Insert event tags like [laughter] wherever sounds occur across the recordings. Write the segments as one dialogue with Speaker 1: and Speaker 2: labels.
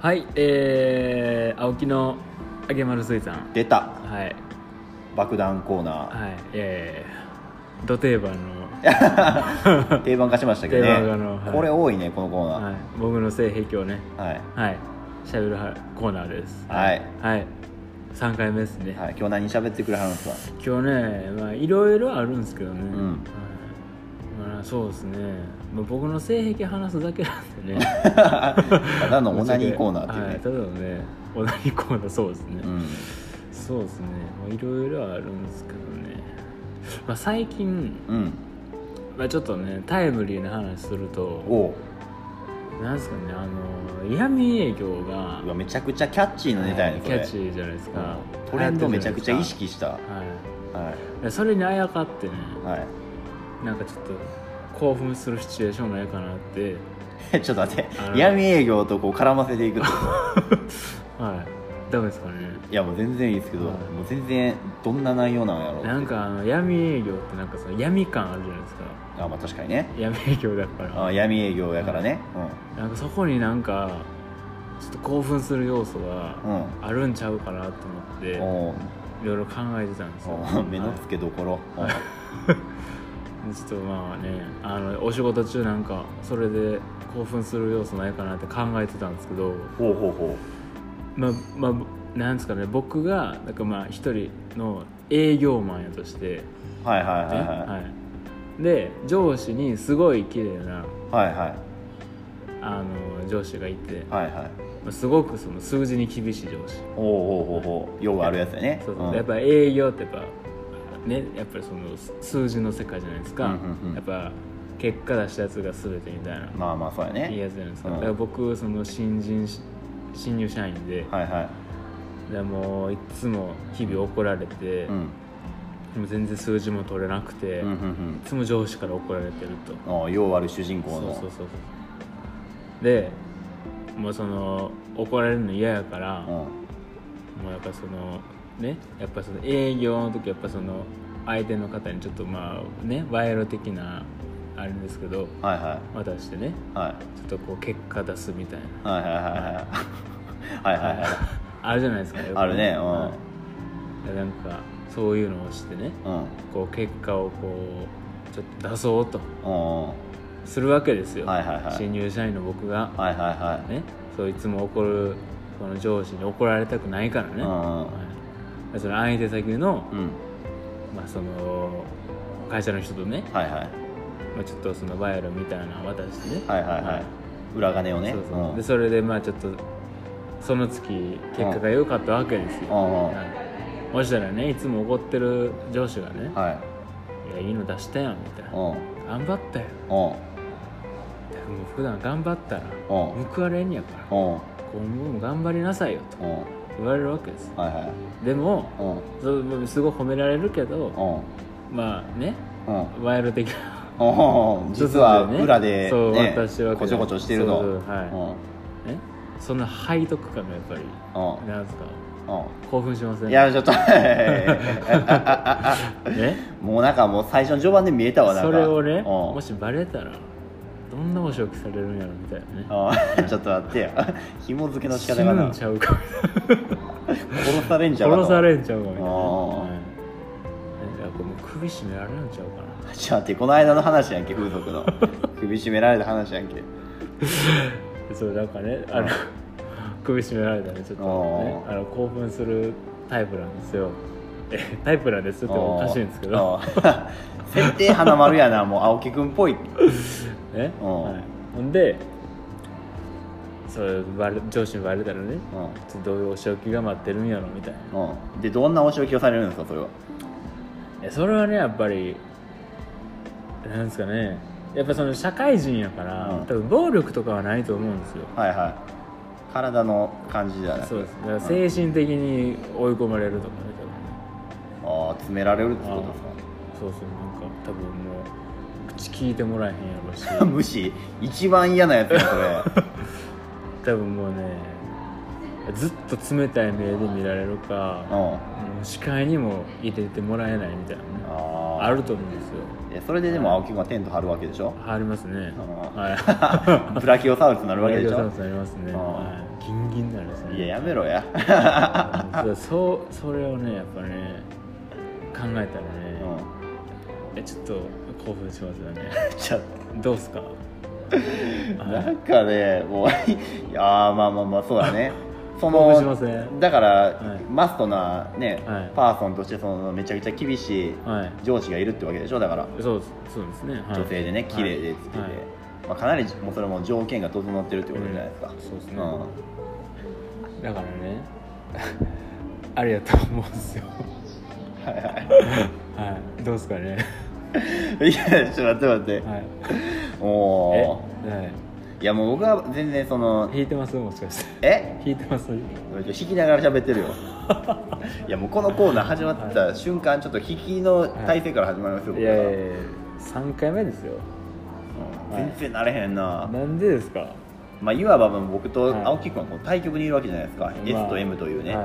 Speaker 1: はいえー、青木のあげまる水産
Speaker 2: 出た
Speaker 1: はい
Speaker 2: 爆弾コーナ
Speaker 1: はいえー、ド定番の、 [laughs]
Speaker 2: ー定番化しましたけど
Speaker 1: 定番化のは
Speaker 2: ね
Speaker 1: い
Speaker 2: これ多いねこのコーナ
Speaker 1: はい、僕の性癖をね
Speaker 2: ーはい
Speaker 1: はい喋るはコーナーです
Speaker 2: はい
Speaker 1: はい3回目ですね、
Speaker 2: はい今日何喋ってくれはるんですか
Speaker 1: 今日ねまあいろいろあるんですけどね、
Speaker 2: ん
Speaker 1: はいまあ、そうですね、まあ、僕の性癖話すだけなんでね [laughs]
Speaker 2: ただのオナニーコーナーっていう
Speaker 1: は
Speaker 2: ね
Speaker 1: い、ただのねオナニーコーナーそうですね、
Speaker 2: うん
Speaker 1: そうですねまあいろいろあるんですけどね、まあ、最近、
Speaker 2: うん
Speaker 1: まあ、ちょっとねタイムリーな話すると
Speaker 2: おう
Speaker 1: なんですかねあの闇営業が
Speaker 2: うわめちゃくちゃキャッチーなネタやね
Speaker 1: キャ
Speaker 2: こ
Speaker 1: ッ
Speaker 2: れ
Speaker 1: チーじゃないですか、
Speaker 2: トレンドめちゃくちゃ意
Speaker 1: 流行って
Speaker 2: 識したは
Speaker 1: るじゃないですか
Speaker 2: い
Speaker 1: はいでそれにあやかってね
Speaker 2: はい [laughs]
Speaker 1: なんかちょっと興奮するシチュエーションがいいかなって
Speaker 2: えちょっと待って
Speaker 1: あの
Speaker 2: 闇営業とこう絡ませてい
Speaker 1: [laughs]
Speaker 2: くってこ
Speaker 1: はいダメですかね
Speaker 2: といやもう全然いいですけど
Speaker 1: はい
Speaker 2: もう全然どんな内容なんやろうって
Speaker 1: なんかあの闇営業ってなんかその闇感あるじゃないですか
Speaker 2: あまあ確かにね
Speaker 1: 闇営業だから
Speaker 2: あ闇営業やからね
Speaker 1: なんかそこになんかちょっと興奮する要素が
Speaker 2: うんうん
Speaker 1: あるんちゃうかなと思ってい
Speaker 2: おう
Speaker 1: ろいろ考えてたんですよ
Speaker 2: おう [laughs] 目の付けどころうん
Speaker 1: はいちょっとまあねあのお仕事中なんかそれで興奮する要素ないかなって考えてたんですけど
Speaker 2: ほうほうほ
Speaker 1: まあまあなんですかね僕がなんかまあ一人の営業マンやとして、
Speaker 2: うはいはい
Speaker 1: ね
Speaker 2: はいは
Speaker 1: はい、で上司にすごい綺麗ない
Speaker 2: はいはい
Speaker 1: あの上司がいて、
Speaker 2: はいはい
Speaker 1: まあすごくその数字に厳しい上司
Speaker 2: おおほうほうほうようあるやつやね
Speaker 1: そう
Speaker 2: うん
Speaker 1: やっぱ営業ってやっぱねやっぱりその数字の世界じゃないですか、
Speaker 2: うんうんうん
Speaker 1: やっぱ結果出したやつが全てみたいな、
Speaker 2: まあまあそうや
Speaker 1: いいや
Speaker 2: ね
Speaker 1: つじゃないですか、
Speaker 2: うん
Speaker 1: だから僕その新人し新入社員で,、
Speaker 2: はいは
Speaker 1: でもういつも日々怒られて、
Speaker 2: いうん
Speaker 1: もう全然数字も取れなくて、
Speaker 2: うんう
Speaker 1: い
Speaker 2: ん
Speaker 1: つも上司から怒られてると
Speaker 2: うんおうようある主人公
Speaker 1: そう
Speaker 2: の
Speaker 1: そうそうそうでもうその怒られるの嫌やから、
Speaker 2: う
Speaker 1: もうやっぱそのねやっぱその営業の時やっぱその相手の方にちょっとまあね賄賂的なあれですけど
Speaker 2: んはいは
Speaker 1: 渡してね
Speaker 2: いはい
Speaker 1: ちょっとこう結果出すみたいな [laughs]
Speaker 2: はいはいはいはいはいはいはい
Speaker 1: あるじゃないですかよく
Speaker 2: あるねうん
Speaker 1: はいなんかそういうのをしてね
Speaker 2: うん
Speaker 1: こう結果をこうちょっと出そうと
Speaker 2: うんうん
Speaker 1: するわけですよ、
Speaker 2: はいはいはい
Speaker 1: 新入社員の僕が、
Speaker 2: はいはいはい
Speaker 1: ねそういつも怒るその上司に怒られたくないからね、
Speaker 2: うん
Speaker 1: はい、その相手先の、
Speaker 2: うん
Speaker 1: まあ、その会社の人とね、
Speaker 2: はいはい
Speaker 1: まあ、ちょっとそのバイルみたいなの渡してね、
Speaker 2: はいはいはい裏金をね
Speaker 1: そうそう
Speaker 2: うん
Speaker 1: でそれでまあちょっとその月結果が良かったわけですよ、
Speaker 2: うんうん
Speaker 1: はいそしたらねいつも怒ってる上司がね「
Speaker 2: はい
Speaker 1: いやいいの出したやん」みたいな
Speaker 2: う
Speaker 1: 「頑張ったよ」
Speaker 2: んうん
Speaker 1: でも普段頑張ったら
Speaker 2: うん
Speaker 1: 報われんやから今
Speaker 2: うん
Speaker 1: 後も頑張りなさいよと
Speaker 2: うん
Speaker 1: 言われるわけです
Speaker 2: はいはい
Speaker 1: でも
Speaker 2: うん
Speaker 1: そうすごい褒められるけど
Speaker 2: うん
Speaker 1: まあね
Speaker 2: うん
Speaker 1: ワイル的な
Speaker 2: うん実は裏で、
Speaker 1: そう
Speaker 2: ね、
Speaker 1: 私は
Speaker 2: こちょこちょしてるの
Speaker 1: そうそうはいねそんな背徳感がやっぱり
Speaker 2: うん
Speaker 1: なんですか
Speaker 2: うん
Speaker 1: 興奮しませ
Speaker 2: うんんいやちょっと [laughs]
Speaker 1: ね
Speaker 2: もうなんかもう最初の序盤で見えたわなんか
Speaker 1: それをね
Speaker 2: うん [laughs]
Speaker 1: もしバレたらどんなお仕置きされるんやろみたいなね
Speaker 2: うんちょっと待ってよ紐付けの仕
Speaker 1: 死
Speaker 2: 方が
Speaker 1: ぬ
Speaker 2: なん
Speaker 1: ちゃうか
Speaker 2: 殺されんじゃん
Speaker 1: 殺されんちゃうかみたいな
Speaker 2: あー
Speaker 1: はいねだからこれもう首絞められるんちゃうかな
Speaker 2: ちょっと待ってこの間の話やんけ風俗の首絞められた話やんけ
Speaker 1: そうなんかねあの [laughs] 首絞められたねちょっとね
Speaker 2: あ
Speaker 1: あの興奮するタイプなんですよえタイプなんですっておかしいんですけど
Speaker 2: うん [laughs] 設定花丸やなもう青木くんっぽい
Speaker 1: ね
Speaker 2: うん
Speaker 1: はいほんでそれバレ上司にバレたらね
Speaker 2: うん
Speaker 1: ちょっとどういうお仕置きが待ってるんやろみたいな
Speaker 2: うんでどんなお仕置きをされるんですかそれは
Speaker 1: えそれはねやっぱりなんですかねやっぱその社会人やから、
Speaker 2: うん
Speaker 1: 多分暴力とかはないと思うんですよ
Speaker 2: はいはい体の感じじゃなく
Speaker 1: そうですだから精神的に追い込まれるとかね
Speaker 2: ああ詰められるって
Speaker 1: 多分
Speaker 2: こ
Speaker 1: ね
Speaker 2: とで
Speaker 1: あーそうそうなんか多分もう口聞いてもらえへんやろし [laughs]
Speaker 2: すか [laughs] 無視一番嫌なやつやそれ
Speaker 1: 多分もうねずっと冷たい目で見られるか
Speaker 2: うんあ
Speaker 1: もう視界にも入れてもらえないみたいなね
Speaker 2: あ
Speaker 1: あると思うんですよ
Speaker 2: いてそれででも青木君はテント張るわけでしょ [laughs]
Speaker 1: ありますね
Speaker 2: うん
Speaker 1: は
Speaker 2: ブラキオサウルスにない [laughs] るわけで
Speaker 1: ラ
Speaker 2: し
Speaker 1: ジオサウ
Speaker 2: ょ
Speaker 1: ルスありますね
Speaker 2: うん
Speaker 1: はいギンギンになるんですね
Speaker 2: いややめろや
Speaker 1: そうそうそれをねやっぱね考えたらね、 [laughs]
Speaker 2: うん
Speaker 1: えちょっと興奮しますよね
Speaker 2: ちょっ
Speaker 1: どうっす
Speaker 2: [laughs]
Speaker 1: か
Speaker 2: となんかねもういやーまあまあまあそうだねそ
Speaker 1: 興奮しま
Speaker 2: の
Speaker 1: すね
Speaker 2: だから、
Speaker 1: い
Speaker 2: マストなね、
Speaker 1: はい
Speaker 2: パーソンとしてそのめちゃくちゃ厳しい
Speaker 1: はい
Speaker 2: 上司がいるってわけでしょだから
Speaker 1: そうそうですね、はい
Speaker 2: 女性でね綺麗でつってて、
Speaker 1: はい
Speaker 2: まあ、かなりもうそれも条件が整ってるってことじゃないですか、
Speaker 1: うんそうですね
Speaker 2: ん
Speaker 1: だからね [laughs] ありだと思うんですよはいどうっすかね
Speaker 2: い [laughs] やちょっと待って待って、
Speaker 1: はいえ
Speaker 2: も
Speaker 1: は
Speaker 2: ういやもう僕は全然その
Speaker 1: い弾いてますもしかして
Speaker 2: え
Speaker 1: 弾いてます
Speaker 2: 弾きながら喋っ
Speaker 1: [laughs]
Speaker 2: てるよいやもうこのコーナー始まった瞬間ちょっと引きの体勢から始まりますよ、
Speaker 1: いやいやいや3回目ですよ
Speaker 2: 僕はうん全然なれへんな、
Speaker 1: なんでですか
Speaker 2: まあ、いわば僕と
Speaker 1: はい
Speaker 2: 青木君はこう対局にいるわけじゃないですか、S と M というね、
Speaker 1: は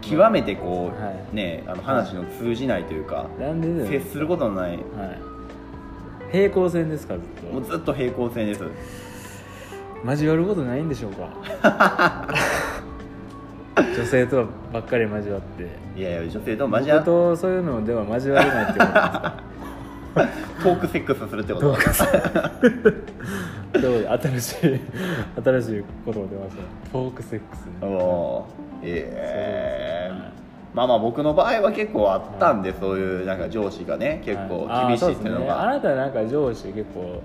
Speaker 2: 極めてこう、
Speaker 1: はい
Speaker 2: ねあの話の通じないというか、
Speaker 1: い、なんでです
Speaker 2: 接することのない
Speaker 1: はい、平行線ですかずっと
Speaker 2: もうずっと平行線です
Speaker 1: 交わることないんでしょうか
Speaker 2: [laughs]
Speaker 1: 女性とばっかり交わって
Speaker 2: いやいや女性と
Speaker 1: 僕
Speaker 2: 交わって
Speaker 1: とそういうのでは交われないってことですか
Speaker 2: トークセックスするってこと
Speaker 1: どういう新しい新しい言葉出ましたねフォークセックスね
Speaker 2: おおー
Speaker 1: そ
Speaker 2: え
Speaker 1: ういうことですよ
Speaker 2: え
Speaker 1: はい
Speaker 2: まあまあ僕の場合は結構あったんで、そういうなんか上司がね結構
Speaker 1: は
Speaker 2: 厳し
Speaker 1: あー
Speaker 2: いっていうの
Speaker 1: そうですねあ
Speaker 2: が、
Speaker 1: なたなんか上司結構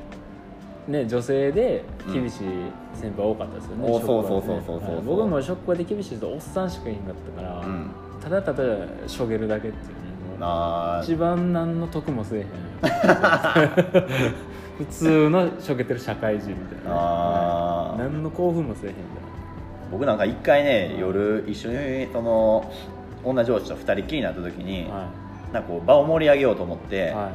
Speaker 1: ね女性で厳しい先輩多かったですよね、
Speaker 2: お
Speaker 1: 職場でね
Speaker 2: そうそうそうそうそうそう
Speaker 1: はい僕も職場で厳しい人おっさんしかいなかったから、
Speaker 2: うん
Speaker 1: ただただしょげるだけっていうねもう
Speaker 2: あ
Speaker 1: 一
Speaker 2: ー
Speaker 1: 番何の得もせえへ
Speaker 2: [laughs]
Speaker 1: ん普通のしょげてる社会人みたいな
Speaker 2: あー
Speaker 1: 何の興奮もせえへんみ
Speaker 2: 僕なんか一回ね夜一緒にその女上司と二人きりになった時に、
Speaker 1: たいなは
Speaker 2: なんかこう場を盛り上げようと思って、
Speaker 1: い、は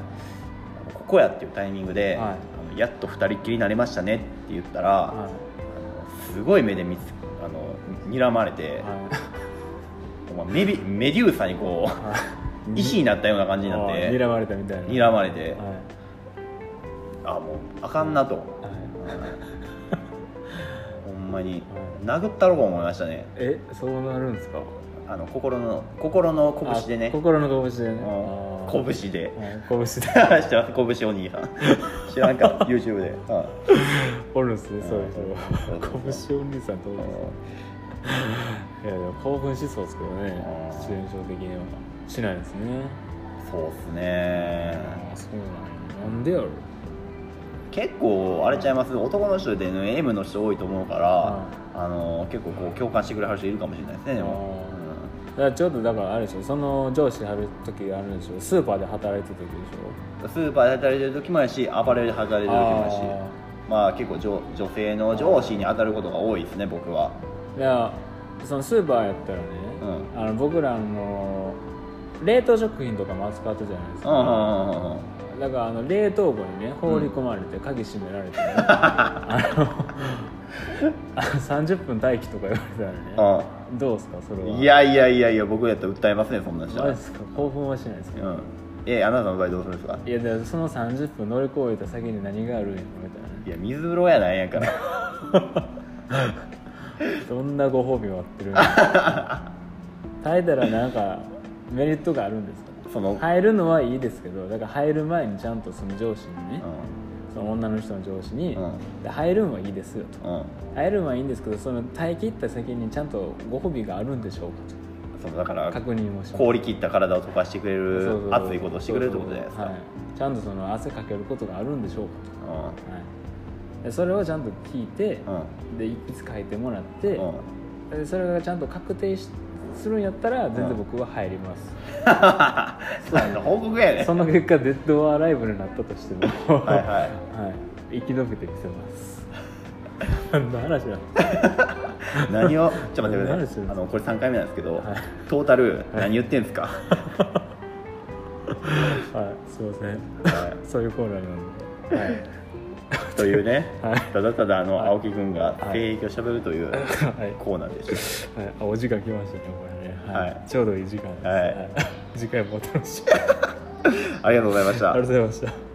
Speaker 1: い、
Speaker 2: ここやっていうタイミング
Speaker 1: は
Speaker 2: で、
Speaker 1: い
Speaker 2: あのやっと二人っきりになりましたねって言ったら、
Speaker 1: はい
Speaker 2: すごい目で見つあの睨まれて、
Speaker 1: は
Speaker 2: お前メビメデューサにこ
Speaker 1: い
Speaker 2: う。石になったような感じになっ
Speaker 1: あー
Speaker 2: て
Speaker 1: 睨まれたみたいな
Speaker 2: 睨まれて
Speaker 1: はい
Speaker 2: あもうあかんなと
Speaker 1: はい
Speaker 2: ほんまに殴ったろう思いましたね
Speaker 1: えそうなるんですか
Speaker 2: あの心の心の拳で
Speaker 1: あ
Speaker 2: ね
Speaker 1: 心の拳でね
Speaker 2: う
Speaker 1: あ
Speaker 2: ん
Speaker 1: ー
Speaker 2: 拳で [laughs]
Speaker 1: はい拳
Speaker 2: 知
Speaker 1: で
Speaker 2: ってます拳お兄さん知らんか YouTube で、うん
Speaker 1: おるんですねそういう人
Speaker 2: う
Speaker 1: 拳
Speaker 2: ん
Speaker 1: お兄さんとおるんですねいやでも興奮しそうですけどね
Speaker 2: あー
Speaker 1: シチュエーション的にはしないですね
Speaker 2: そうっすね
Speaker 1: あーそうなんやなんでやろ
Speaker 2: 結構あれちゃいます男の人で M の人多いと思うからあの結構こう共感してくれはる人いるかもしれないですねでも
Speaker 1: あーだからちょっとだからあれでしょその上司やる時あるでしょスーパーで働いてた時でしょ
Speaker 2: うんスーパーで働いてる時もやしアパレルで働いてる時もやし
Speaker 1: あ
Speaker 2: まあ結構女女性の上司に当たることが多いですね僕は
Speaker 1: ーいやそのスーパーやったらね、
Speaker 2: う
Speaker 1: あの僕らの冷凍食品とかも扱ってたじゃないです
Speaker 2: うんうん
Speaker 1: か、
Speaker 2: うんうんうん
Speaker 1: だからあの冷凍庫にね放り込まれて鍵閉められて、ねあのあ30分待機とか言われたらね
Speaker 2: あ
Speaker 1: どうですかそれはい
Speaker 2: やいやいやいや僕やったら訴えますねそんなんした
Speaker 1: あれ
Speaker 2: ら
Speaker 1: ですか興奮はしないですか、
Speaker 2: うんえあなたの場合どうするんですか
Speaker 1: いやだからその30分乗り越えた先に何があるんやろみたいなね
Speaker 2: いや水風呂やないやから
Speaker 1: [laughs] どんなご褒美を待ってるんや
Speaker 2: [laughs]
Speaker 1: 耐えたらなんかメリットがあるんですか
Speaker 2: その、
Speaker 1: 入るのはいいですけどだから入る前にちゃんとその上司にね、
Speaker 2: う
Speaker 1: その女の人の上司に、
Speaker 2: うん
Speaker 1: で入るんはいいですよと
Speaker 2: んうん
Speaker 1: 入るんはいいんですけどその耐え切った先にちゃんとご褒美があるんでしょうか
Speaker 2: そのだか
Speaker 1: と
Speaker 2: ら
Speaker 1: 確認をします
Speaker 2: 凍り切った体を溶かしてくれ
Speaker 1: そうそうそう
Speaker 2: る熱いことをしてくれるってことじゃないで
Speaker 1: そうそう
Speaker 2: すか
Speaker 1: そうはい、ちゃんとその汗かけることがあるんでしょうかと、はい、でそれをちゃんと聞いて、でいつ書いてもらって、
Speaker 2: うんうんうん
Speaker 1: でそれがちゃんと確定しするんやったら全然僕は入ります、
Speaker 2: 何の報告やねん
Speaker 1: その結果デッドオアライブになったとしても
Speaker 2: はい
Speaker 1: は
Speaker 2: はい
Speaker 1: い、生き延びてみせます [laughs] 何の話なの
Speaker 2: 何をちょっと待って
Speaker 1: 何す
Speaker 2: くださ
Speaker 1: る
Speaker 2: い
Speaker 1: んですか
Speaker 2: あのこれ3回目なんですけど、
Speaker 1: はい
Speaker 2: トータル何言ってんすか、
Speaker 1: はいすいません
Speaker 2: は
Speaker 1: そういうコーナーなんで、はい
Speaker 2: いというね、
Speaker 1: はい
Speaker 2: ただただあの
Speaker 1: はい
Speaker 2: 青木君が
Speaker 1: はい
Speaker 2: 性癖をしゃべるという
Speaker 1: はい
Speaker 2: コーナーでし
Speaker 1: はい、あお時間来ましたねこれね、
Speaker 2: はい
Speaker 1: ちょうどいい時間です、
Speaker 2: はい
Speaker 1: い次回もお楽しみに
Speaker 2: た、ありがとうございました
Speaker 1: ありがとうございました